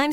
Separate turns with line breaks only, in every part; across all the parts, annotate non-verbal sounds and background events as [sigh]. I'm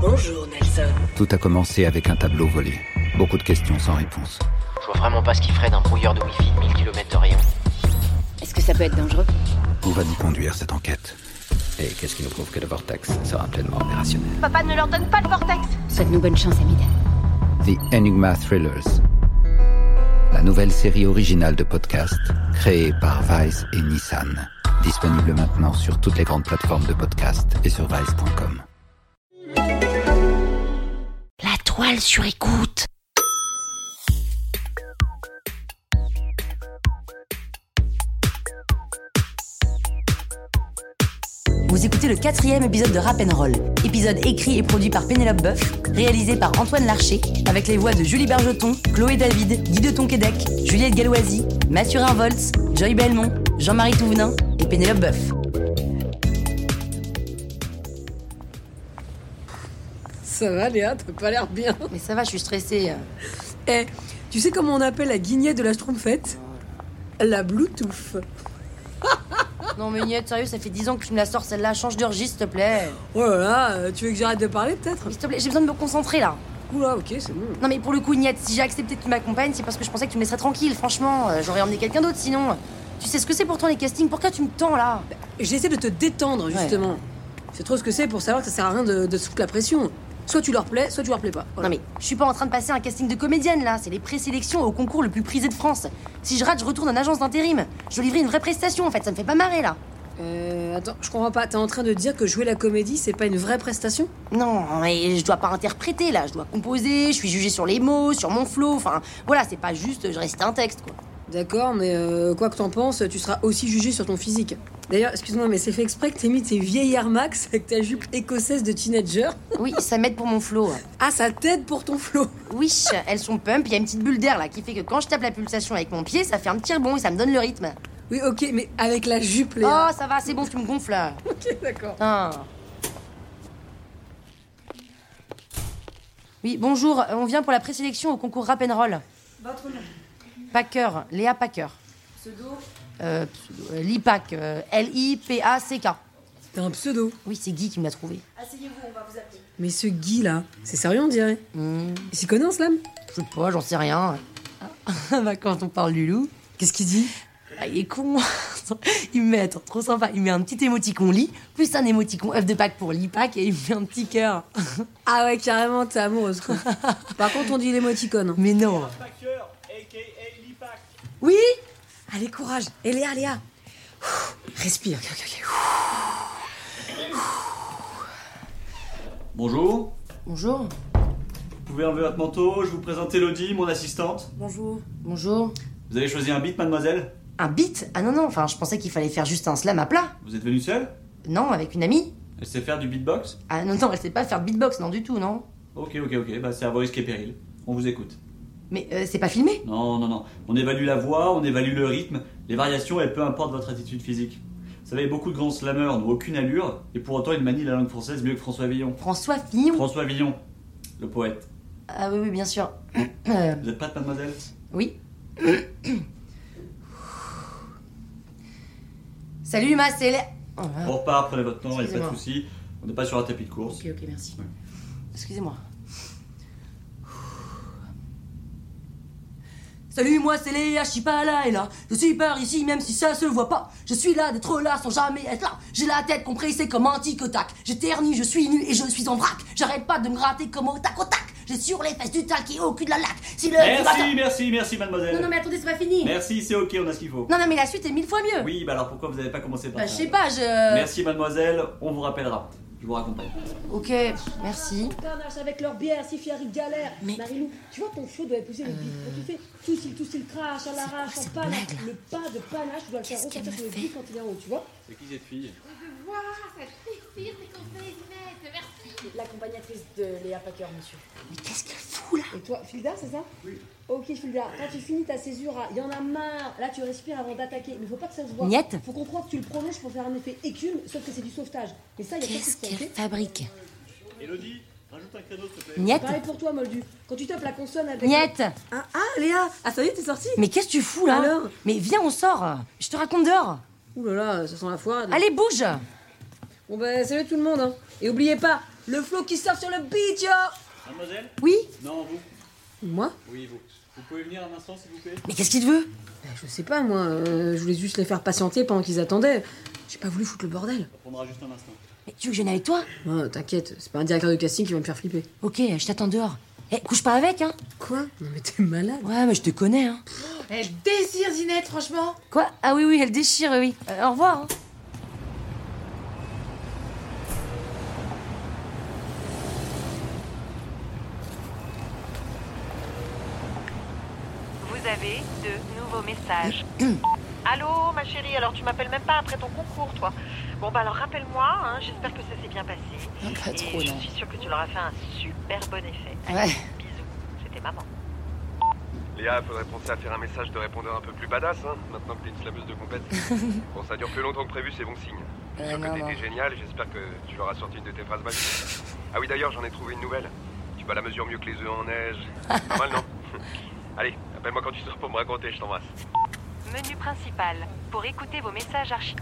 Bonjour Nelson.
Tout a commencé avec un tableau volé. Beaucoup de questions sans réponse.
Je vois vraiment pas ce qu'il ferait d'un brouilleur de wifi de 1000 km de rayon.
Est-ce que ça peut être dangereux
On va nous conduire cette enquête. Et qu'est-ce qui nous prouve que le Vortex sera pleinement opérationnel
Papa ne leur donne pas le vortex.
Souhaite-nous bonne chance, Amid.
The Enigma Thrillers. La nouvelle série originale de podcast créée par Vice et Nissan. Disponible maintenant sur toutes les grandes plateformes de podcast et sur vice.com.
La toile sur écoute. Vous écoutez le quatrième épisode de Rap and Roll, épisode écrit et produit par Pénélope Boeuf, réalisé par Antoine Larcher, avec les voix de Julie Bergeton, Chloé David, Guy de Tonquédec, Juliette Galoisi, Mathurin Volz, Joy Belmont, Jean-Marie Touvenin et Pénélope Boeuf.
Ça va Léa, t'as pas l'air bien.
Mais ça va, je suis stressée.
Eh, tu sais comment on appelle la guignée de la schtroumpfette La Bluetooth.
Non mais Niette, sérieux, ça fait 10 ans que tu me la sors celle-là, change de registre s'il te plaît.
Oh là là, euh, tu veux que j'arrête de parler peut-être
S'il te plaît, j'ai besoin de me concentrer là.
Oula, ok, c'est bon.
Non mais pour le coup Niette, si j'ai accepté que tu m'accompagnes, c'est parce que je pensais que tu me laisserais tranquille, franchement. Euh, J'aurais emmené quelqu'un d'autre sinon. Tu sais ce que c'est pour toi les castings, pourquoi tu me tends là
J'essaie de te détendre justement. C'est trop ce que c'est pour savoir que ça sert à rien de, de se foutre la pression. Soit tu leur plais, soit tu leur plais pas. Voilà.
Non mais je suis pas en train de passer un casting de comédienne là, c'est les présélections au concours le plus prisé de France. Si je rate, je retourne en agence d'intérim. Je livre une vraie prestation en fait, ça me fait pas marrer là.
Euh, attends, je comprends pas. T'es en train de dire que jouer la comédie, c'est pas une vraie prestation
Non, mais je dois pas interpréter là, je dois composer, je suis jugée sur les mots, sur mon flow, enfin voilà, c'est pas juste je reste un texte quoi.
D'accord, mais euh, quoi que t'en penses, tu seras aussi jugé sur ton physique. D'ailleurs, excuse-moi, mais c'est fait exprès que t'aies mis tes vieilles Air Max avec ta jupe écossaise de teenager.
Oui, ça m'aide pour mon flow.
Ah, ça t'aide pour ton flow.
Wish, elles sont pump, il y a une petite bulle d'air là qui fait que quand je tape la pulsation avec mon pied, ça fait un petit rebond et ça me donne le rythme.
Oui, ok, mais avec la jupe,
Oh,
Léa.
ça va, c'est bon, tu me gonfles.
[laughs] ok, d'accord.
Ah. Oui, bonjour, on vient pour la présélection au concours Rap and Roll.
Votre nom
Packer, Léa Packer.
Pseudo
Euh, pseudo- euh, Lipac, euh, L-I-P-A-C-K.
T'as un pseudo.
Oui, c'est Guy qui me l'a trouvé.
Asseyez-vous, on va vous appeler.
Mais ce Guy là, c'est sérieux on dirait.
Hmm,
Il s'y connaît en slam
je sais pas, j'en sais rien. Ah, bah, quand on parle du loup,
Qu'est-ce qu'il dit
ah, il est con. [laughs] il met, attends, trop sympa, il met un petit émoticon lit, plus un émoticon œuf de Pâques pour Lipac et il met un petit
[laughs]
cœur.
Ah ouais, carrément, t'es amoureuse quoi. Par contre, on dit l'émoticône.
Mais non. Oui
Allez, courage. Et Léa, Léa. Ouh, Respire. Ok, ok, ok.
Bonjour,
Bonjour.
vous pouvez enlever votre manteau, je vous présente Elodie, mon assistante.
Bonjour.
Vous avez choisi un beat, mademoiselle
Un beat Ah non, non, enfin, je pensais qu'il fallait faire juste un slam à plat.
Vous êtes venue seule
Non, avec une amie
Elle sait faire du beatbox
Ah non, non, elle sait pas faire de beatbox, non du tout, non.
Ok, ok, ok, bah c'est à vos risques et périls. On vous écoute.
Mais euh, c'est pas filmé
Non, non, non, on évalue la voix, on évalue le rythme, les variations et peu importe votre attitude physique. Vous savez, beaucoup de grands slammeurs n'ont aucune allure et pour autant ils manient la langue française mieux que François Villon.
François Fillon
François Villon, le poète.
Ah oui, oui, bien sûr. Euh,
Vous êtes prête, mademoiselle
oui. [coughs] Salut, ma c'est Lé- Oh, là.
On repart, prenez votre temps, il n'y a pas
Excusez-moi.
de souci. On n'est pas sur un tapis de course.
Ok, ok, merci.
Ouais.
Excusez-moi.
Salut, moi c'est Léa, je suis pas là et là. Je suis par ici, même si ça se voit pas. Je suis là d'être là sans jamais être là. J'ai la tête compressée comme un tic au tac. J'éternue, je suis nu et je suis en vrac. J'arrête pas de me gratter comme au tac au tac. J'ai sur les fesses du tac et au cul de la laque. Si le.
Merci, merci, merci,
Non, non,
mademoiselle.
mais attendez, c'est pas fini.
Merci, c'est ok, on a ce qu'il faut.
Non, non, mais la suite est mille fois mieux.
Oui, bah alors pourquoi vous n'avez pas commencé par
Bah, je
ça
sais pas, je.
Merci, mademoiselle, on vous rappellera. Je vous raccompagne.
Ok, pff, merci.
Carnage avec leur bière, si Fiari galère. Marilou, tu vois ton feu doit épouser le bif. Quand tu fais tout s'il tout s'il crache, à l'arrache, en panache, le pas de panache, tu Bah, dois le faire ressortir sur le bif quand il est en haut, tu vois.
C'est qui cette fille
ça suffit, c'est complète, merci. L'accompagnatrice de Léa Packer, monsieur. Mais qu'est-ce qu'elle fout là Et toi, Filda, c'est ça Oui. Ok, Filda, quand tu finis ta césure, il y en a marre. Là, tu respires avant d'attaquer. Mais faut pas que ça se voit.
Niette.
Faut qu'on croit que tu le prolonges pour faire un effet écume, sauf que c'est du sauvetage. Mais ça, il y a personne
Qu'est-ce
qui le
qu'elle
fait.
fabrique
Elodie, rajoute un créneau, s'il te plaît.
Niette.
Pareil pour toi, Moldu. Quand tu tapes la consonne avec.
Niette
Ah, ah, Léa Ah, ça y est, t'es sortie
Mais qu'est-ce que tu fous là
Alors
Mais viens, on sort Je te raconte dehors
Ouh là là, ça sent la foire.
Allez, bouge
Bon bah, salut tout le monde, hein. Et oubliez pas, le flot qui sort sur le beach, yo
Mademoiselle
Oui
Non, vous
Moi
Oui, vous. Vous pouvez venir un instant, s'il vous plaît
Mais qu'est-ce qu'il te veut
Bah, Je sais pas, moi, euh, je voulais juste les faire patienter pendant qu'ils attendaient. J'ai pas voulu foutre le bordel.
Ça prendra juste un instant.
Mais tu veux que je vienne avec toi
Ouais, Oh, T'inquiète, c'est pas un directeur de casting qui va me faire flipper.
Ok, je t'attends dehors. Eh, couche pas avec, hein
Quoi Non mais t'es malade Oh,
Ouais, mais je te connais, hein
Elle désire Zinette, franchement.
Quoi Ah oui, oui, elle déchire, oui. Euh, au revoir hein.
Vous avez de
[coughs]
nouveaux messages. Allô, ma chérie, alors tu m'appelles même pas après ton concours, toi. Bon, bah alors rappelle-moi, hein, j'espère que ça s'est bien passé.
Pas trop,
Et je
non.
suis sûre que tu leur as fait un super bon effet.
Ouais.
Bisous, c'était maman.
Léa, faudrait penser à faire un message de répondeur un peu plus badass, hein, maintenant que t'es une slameuse
[laughs]
de compète. bon, ça dure plus longtemps que prévu, c'est bon signe.
Euh,
Sauf
non,
que
non.
t'étais génial, j'espère que tu leur as sorti une de tes phrases
[laughs]
magiques. ah oui, d'ailleurs, j'en ai trouvé une nouvelle. Tu bats la mesure mieux que les œufs
[laughs]
en neige. Pas mal, non [laughs] Allez, appelle-moi quand tu sors pour me raconter, je t'embrasse.
Menu principal, pour écouter vos messages archi...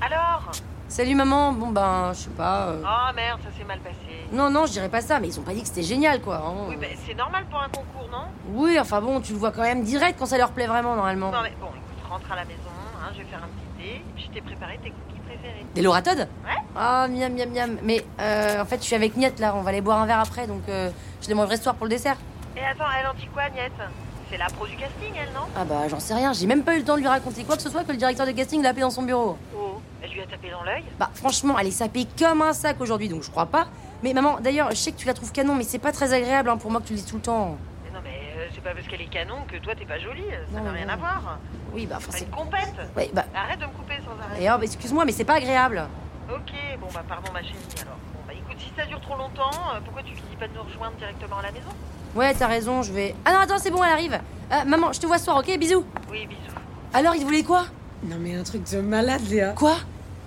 Alors
Salut maman, bon ben, je sais pas... euh,
Oh merde, ça s'est mal passé.
Non, non, je dirais pas ça, mais ils ont pas dit que c'était génial, quoi. hein.
Oui, bah, c'est normal pour un concours, non
Oui, enfin bon, tu le vois quand même direct quand ça leur plaît vraiment, normalement.
Non mais bon, écoute, rentre à la maison, hein, je vais faire un petit thé, puis je t'ai préparé tes cookies préférés.
Des Laura Todd
Ouais.
Ah, miam, miam, miam. Mais euh, en fait, je suis avec Niette, là, on va aller boire un verre après, donc euh, je les mangerai ce soir pour le dessert.
Et attends, elle en dit quoi, Agnette C'est la pro du casting, elle, non
Ah bah, j'en sais rien, j'ai même pas eu le temps de lui raconter quoi que ce soit que le directeur de casting l'a appelé dans son bureau.
Oh, elle lui a tapé dans l'œil
Bah, franchement, elle est sapée comme un sac aujourd'hui, donc je crois pas. Mais maman, d'ailleurs, je sais que tu la trouves canon, mais c'est pas très agréable hein, pour moi que tu le dises tout le temps.
Mais Non mais euh, c'est pas parce qu'elle est canon que toi t'es pas jolie, euh, ça
Non,
n'a rien
non.
à voir.
Oui, bah, enfin,
C'est
c'est.
une compète
Oui, bah.
Arrête de me couper sans arrêt.
D'ailleurs, bah, excuse-moi, mais c'est pas agréable.
Ok, bon bah pardon ma chérie alors. Bon bah écoute, si ça dure trop longtemps, euh, pourquoi tu finis pas de nous rejoindre directement à la maison
Ouais, t'as raison, je vais. Ah non, attends, c'est bon, elle arrive. Euh, maman, je te vois ce soir, ok Bisous.
Oui, bisous.
Alors, il voulait quoi
Non mais un truc de malade Léa
Quoi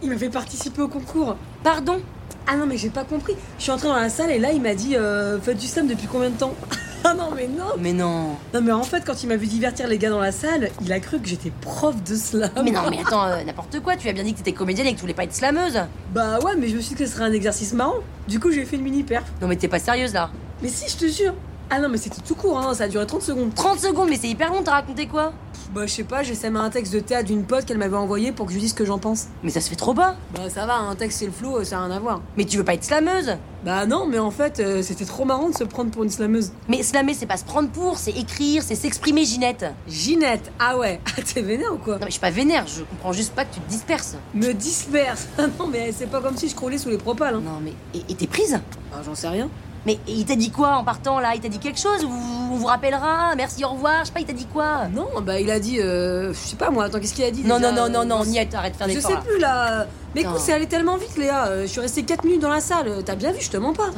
Il m'a fait participer au concours
Pardon
Ah non mais j'ai pas compris Je suis entrée dans la salle et là il m'a dit euh, Faites du slam depuis combien de temps [laughs] Ah non mais non
Mais non
Non mais en fait quand il m'a vu divertir les gars dans la salle, il a cru que j'étais prof de slam
Mais non, mais attends, euh, n'importe quoi, tu as bien dit que t'étais comédienne et que tu voulais pas être slameuse.
Bah ouais mais je me suis dit que ce serait un exercice marrant Du coup j'ai fait une mini perf
Non mais t'es pas sérieuse là
Mais si je te jure Ah non mais c'était tout court hein, ça a duré 30 secondes
30 secondes, mais c'est hyper long, t'as raconté quoi
Bah je sais pas, j'ai semé un texte de théâtre d'une pote qu'elle m'avait envoyé pour que je lui dise ce que j'en pense
Mais ça se fait trop bas
Bah ça va, un texte c'est le flow, ça a rien à voir
Mais tu veux pas être slameuse
Bah non, mais en fait, euh, c'était trop marrant de se prendre pour une slameuse.
Mais slammer, c'est pas se prendre pour, c'est écrire, c'est s'exprimer, Ginette. Non
Ginette, ah ouais, [laughs] ah, t'es vénère ou quoi
mais je suis pas vénère, je comprends juste pas que tu te disperses.
Me disperse [laughs] Ah non, mais c'est pas comme si je croulais sous les propales. Hein.
Non mais, et et t'es prise
Ah, j'en sais rien.
Mais et il t'a dit quoi en partant là Il t'a dit quelque chose ou On vous rappellera, merci, au revoir, je sais pas, il t'a dit quoi
Non, bah il a dit, euh, je sais pas moi, attends, qu'est-ce qu'il a dit
Non,
déjà,
non, non, non,
euh,
non, Niette, arrête de faire des
Je
efforts,
sais
là.
plus là. Mais écoute,
Putain.
c'est allé tellement vite, Léa. euh, Je suis restée 4 minutes dans la salle. euh, T'as bien vu, je te mens pas.
Bah,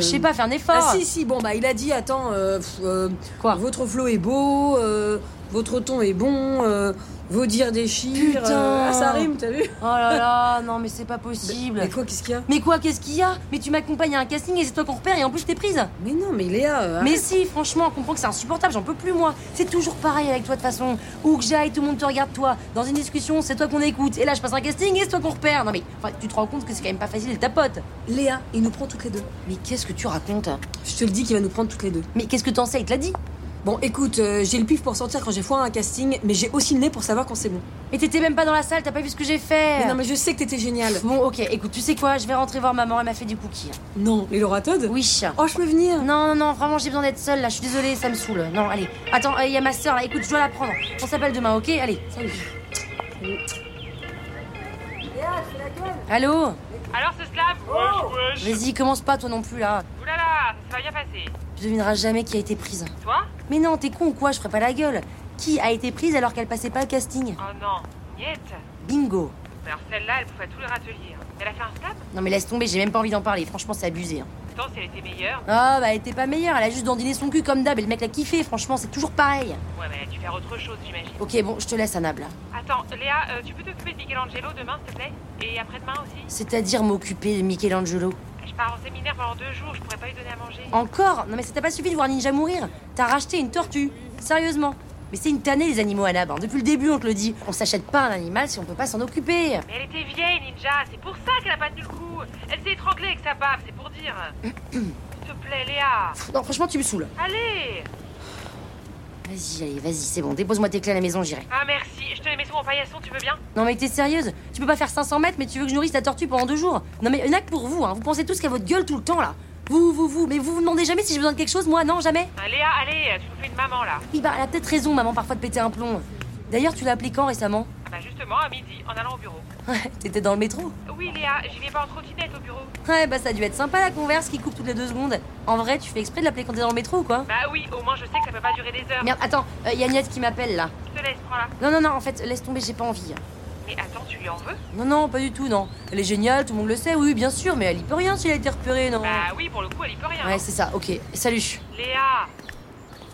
je sais pas, faire un effort
Ah si, si, bon, bah il a dit, attends, euh, pff, euh,
Quoi
votre flot est beau, euh, Votre ton est bon, euh, vos dires déchirent.
Putain.
euh, ah, ça rime, t'as vu
Oh là là, non mais c'est
Bah,
pas possible.
Mais quoi, qu'est-ce qu'il y a
Mais quoi, qu'est-ce qu'il y a Mais tu m'accompagnes à un casting et c'est toi qu'on repère et en plus t'es prise
Mais non, mais Léa. euh,
Mais
arrête.
si, franchement, on comprend que c'est insupportable, j'en peux plus moi. C'est toujours pareil avec toi de toute façon. Où que j'aille, tout le monde te regarde toi. Dans une discussion, c'est toi qu'on écoute. Et là, je passe un casting et c'est toi qu'on repère. Non mais, enfin, tu te rends compte que c'est quand même pas facile d'être ta pote.
Léa, il nous prend toutes les deux.
Mais qu'est-ce que tu racontes
Je te le dis qu'il va nous prendre toutes les deux.
Mais qu'est-ce que t'en sais Il te l'a dit
Bon, écoute, euh, j'ai le pif pour sortir quand j'ai foiré un casting, mais j'ai aussi le nez pour savoir quand c'est bon.
Mais t'étais même pas dans la salle, t'as pas vu ce que j'ai fait
Mais non, mais je sais que t'étais géniale.
Bon, ok, écoute, tu sais quoi Je vais rentrer voir maman, elle m'a fait des cookies.
Non, les Laura Todd
Oui.
Oh, je peux venir
Non, non, non, vraiment, j'ai besoin d'être seule là, je suis désolée, ça me saoule. Non, allez, attends, euh, il y a ma soeur là, écoute, je dois la prendre. On s'appelle demain, ok Allez, salut. Allô
Alors, ce slave Wesh, wesh
Vas-y, commence pas toi non plus là.
Oulala, ça va bien passer.
Tu devineras jamais qui a été prise.
Toi
Mais non, t'es con ou quoi Je ferai pas la gueule. Qui a été prise alors qu'elle passait pas le casting
Oh non, Niette
Bingo.
Alors, celle-là, elle pouvait tout le râtelier. hein. Elle a fait un slave
Non mais laisse tomber, j'ai même pas envie d'en parler. Franchement, c'est abusé. hein.
Pourtant, si elle était meilleure.
Ah bah elle était pas meilleure, elle a juste dandiné son cul comme d'hab et le mec l'a kiffé. Franchement, c'est toujours pareil.
Ouais, mais elle a dû faire autre chose, j'imagine.
Ok, bon, je te laisse, Anab là.
Attends, Léa, euh, tu peux t'occuper de Michelangelo demain, s'il te plaît Et après-demain aussi
C'est-à-dire m'occuper de Michelangelo.
Je pars en séminaire pendant deux jours, je pourrais pas lui donner à manger.
Encore Non mais ça t'a pas suffi de voir Ninja mourir T'as racheté une tortue Sérieusement Mais c'est une tannée les animaux à la Depuis le début on te le dit, on s'achète pas un animal si on peut pas s'en occuper
Mais elle était vieille, Ninja, c'est pour ça qu'elle a pas tenu le coup. Elle s'est étranglée avec sa baffe, c'est pour dire. S'il te plaît, Léa.
Pff, Non franchement tu me saoules
Allez
Vas-y allez vas-y c'est bon dépose-moi tes clés à la maison j'irai
Ah merci, je te les mets sous mon paillasson, tu veux bien
Non mais t'es sérieuse Tu peux pas faire 500 mètres mais tu veux que je nourrisse ta tortue pendant deux jours Non mais y'en a que pour vous hein Vous pensez tous qu'à votre gueule tout le temps là Vous vous vous Mais vous vous demandez jamais si j'ai besoin de quelque chose moi non jamais
Ah, Léa, allez, tu nous fais une maman là.
Oui bah elle a peut-être raison maman parfois de péter un plomb D'ailleurs tu l'as appelé quand récemment [laughs]
Ah bah justement, à midi, en allant au bureau.
T'étais dans le métro
Oui, Léa, j'y vais pas en trottinette au bureau.
Ouais, bah ça a dû être sympa la converse qui coupe toutes les deux secondes. En vrai, tu fais exprès de l'appeler quand t'es dans le métro ou quoi
Bah oui, au moins je sais que ça peut pas durer des heures.
Merde, attends, euh, y a Agnès qui m'appelle là.
Je te laisse, prends-la.
Non, non, non, en fait, laisse tomber, j'ai pas envie.
Mais attends, tu lui en veux
Non, non, pas du tout, non. Elle est géniale, tout le monde le sait, oui, bien sûr, mais elle y peut rien si elle a été repérée, non
Bah oui, pour le coup, elle y peut rien.
Ouais, c'est ça, ok, salut.
Léa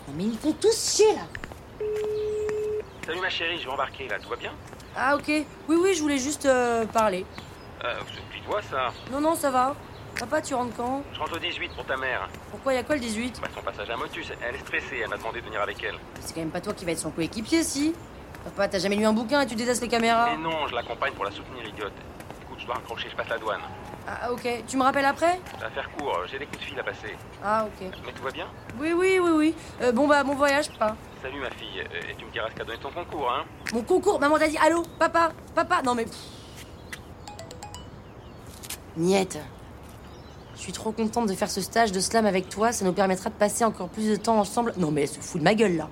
Non, mais ils font tous chier là
Salut ma chérie, je vais embarquer là, tout va bien
Ah, ok, oui, oui, je voulais juste euh, parler.
Euh, dis-toi ça.
Non, non, ça va. Papa, tu rentres quand
Je rentre au 18 pour ta mère.
Pourquoi y a quoi le 18
Bah, son passage à Motus, elle est stressée, elle m'a demandé de venir avec elle.
C'est quand même pas toi qui va être son coéquipier, si Papa, t'as jamais lu un bouquin et tu détestes les caméras
Mais Eh non, je l'accompagne pour la soutenir, idiote. Écoute, je dois raccrocher, je passe la douane.
Ah, ok, tu me rappelles après
Ça va faire court, j'ai des coups de fil à passer.
Ah, ok.
Mais tout va bien
Oui, oui, oui, oui. Euh, bon, bah, bon voyage, papa.
Salut ma fille, Euh, et tu me diras ce qu'a donné ton concours, hein
Mon concours, maman t'a dit allô, papa, papa. Non, mais. pff. Niette. Je suis trop contente de faire ce stage de slam avec toi, ça nous permettra de passer encore plus de temps ensemble. Non, mais elle se fout de ma gueule, là.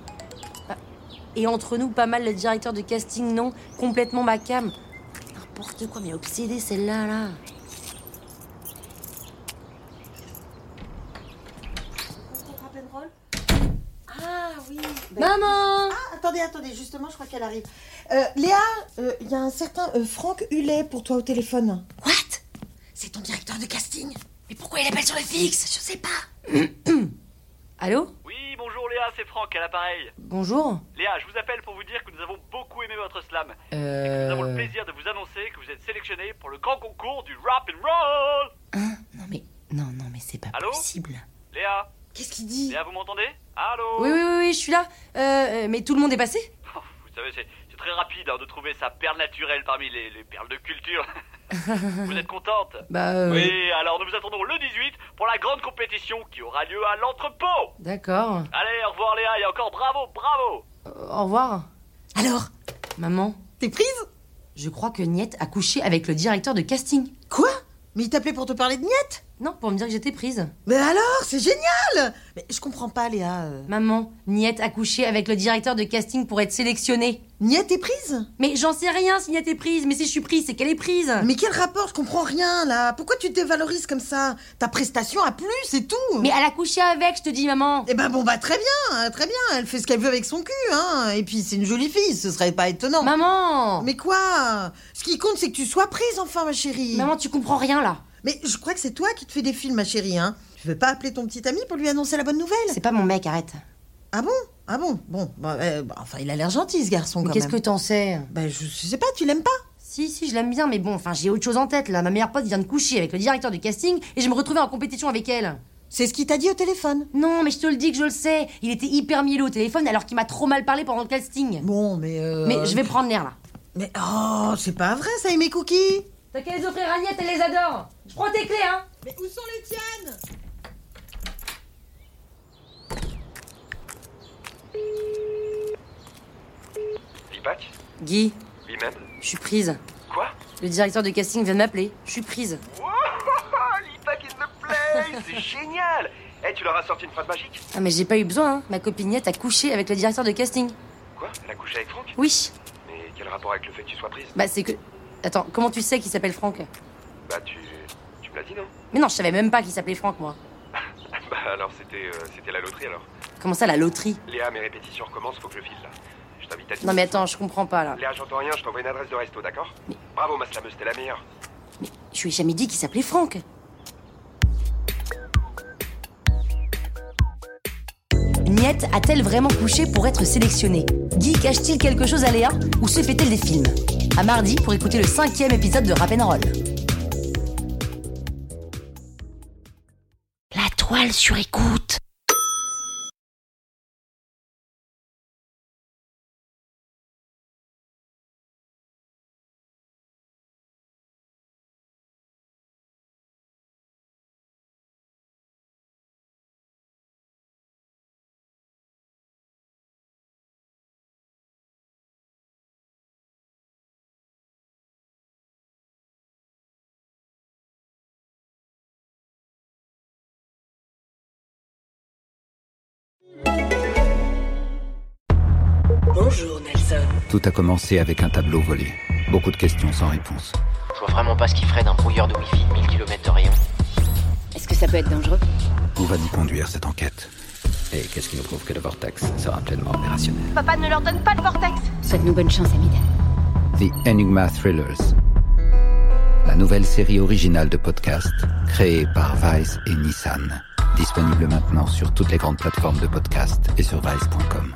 Ah, Et entre nous, pas mal le directeur de casting, non Complètement ma cam. N'importe quoi, mais obsédée, celle-là, là.
Ah oui. Ben-
Maman
Ah, attendez, attendez, justement, je crois qu'elle arrive. Euh, Léa, euh, il y a un certain euh, Franck Hullet pour toi au téléphone.
What C'est ton directeur de casting Mais pourquoi il appelle sur le fixe Je sais pas. Allô
Oui, bonjour Léa, c'est Franck à l'appareil.
Bonjour
Léa, je vous appelle pour vous dire que nous avons beaucoup aimé votre slam. Nous avons le
Euh.
plaisir de vous annoncer que vous êtes sélectionné pour le grand concours du rap and roll.
Non, mais. Non, non, mais c'est pas
Allô
possible.
Léa
Qu'est-ce qu'il dit
Léa, vous m'entendez Allô
Oui, oui, oui, oui, je suis là. Euh, euh, mais tout le monde est passé
Oh, Vous savez, c'est c'est très rapide hein, de trouver sa perle naturelle parmi les, les perles de
[laughs]
culture. vous êtes contente
Bah, euh,
Oui, alors nous vous attendons le 18 pour la grande compétition qui aura lieu à l'entrepôt.
D'accord.
Allez, au revoir Léa, et encore bravo, bravo
Euh, au revoir. Alors Maman,
T'es prise
je crois que Niette a couché avec le directeur de casting.
Quoi Mais il t'appelait pour te parler de Niette
Non, pour me dire que j'étais prise.
Mais alors, c'est génial Mais je comprends pas, Léa. euh.
Maman, Niette a couché avec le directeur de casting pour être sélectionnée.
Niette est prise
Mais j'en sais rien si Niette est prise, mais si je suis prise, c'est qu'elle est prise.
Mais quel rapport Je comprends rien, là. Pourquoi tu te dévalorises comme ça Ta prestation a plu, c'est tout.
Mais elle a couché avec, je te dis, maman.
Eh ben bon, bah très bien, hein, très bien. Elle fait ce qu'elle veut avec son cul, hein. Et puis c'est une jolie fille, ce serait pas étonnant.
Maman
Mais quoi Ce qui compte, c'est que tu sois prise, enfin, ma chérie.
Maman, tu comprends rien là.
Mais je crois que c'est toi qui te fais des films, ma chérie, hein. Tu veux pas appeler ton petit ami pour lui annoncer la bonne nouvelle
C'est pas mon mec, arrête.
Ah bon Ah bon Bon, bah, euh, bah, enfin, il a l'air gentil, ce garçon,
Mais
quand
qu'est-ce
même.
que t'en sais
Bah, je, je sais pas, tu l'aimes pas
Si, si, je l'aime bien, mais bon, enfin, j'ai autre chose en tête là. Ma meilleure pote vient de coucher avec le directeur du casting et je me retrouvais en compétition avec elle.
C'est ce qu'il t'a dit au téléphone
Non, mais je te le dis que je le sais. Il était hyper mielleux au téléphone alors qu'il m'a trop mal parlé pendant le casting.
Bah,
Bon, mais. euh,
Mais je vais prendre l'air là.
Mais oh, c'est pas vrai, ça, et mes cookies
T'as qu'à les offrir à Agnette, elle les adore. Je prends tes clés, hein.
Mais où sont les tiennes
Vipac
Guy,
Lui-même
je suis prise.
Quoi
Le directeur de casting vient de m'appeler. Je suis prise.
Wouah Lipac is the [laughs] place C'est génial Eh, tu leur as sorti une phrase magique
Ah, mais j'ai pas eu besoin, hein. Ma copignette a couché avec le directeur de casting.
Quoi Elle a couché avec Franck
Oui.
Mais quel rapport avec le fait que tu sois prise
Bah, c'est que. Attends, comment tu sais qu'il s'appelle Franck
Bah, tu. Tu me l'as dit, non
Mais non, je savais même pas qu'il s'appelait Franck, moi.
[laughs] Bah, alors c'était. euh, c'était la loterie alors.
Comment ça, la loterie
Léa, mes répétitions recommencent, faut que je file là. Je t'invite à
Non, mais attends, je comprends pas, là.
Léa, j'entends rien, je t'envoie une adresse de resto, d'accord Bravo, ma slameuse, t'es la meilleure.
Je lui ai jamais dit qu'il s'appelait Franck. Niette a-t-elle vraiment couché pour être sélectionnée Guy cache-t-il quelque chose à Léa ou se fait-elle des films À mardi pour écouter le cinquième épisode de Rap'n'Roll. La toile sur écoute
Bonjour Nelson.
Tout a commencé avec un tableau volé. Beaucoup de questions sans réponse.
Je vois vraiment pas ce qu'il ferait d'un brouilleur de wifi de 1000 km de rayon.
Est-ce que ça peut être dangereux
On va nous conduire cette enquête. Et qu'est-ce qui nous prouve que le Vortex sera pleinement opérationnel
Papa ne leur donne pas le vortex. Souhaite-nous bonne chance, Amid.
The Enigma Thrillers. La nouvelle série originale de podcast créée par Vice et Nissan. Disponible maintenant sur toutes les grandes plateformes de podcast et sur vice.com.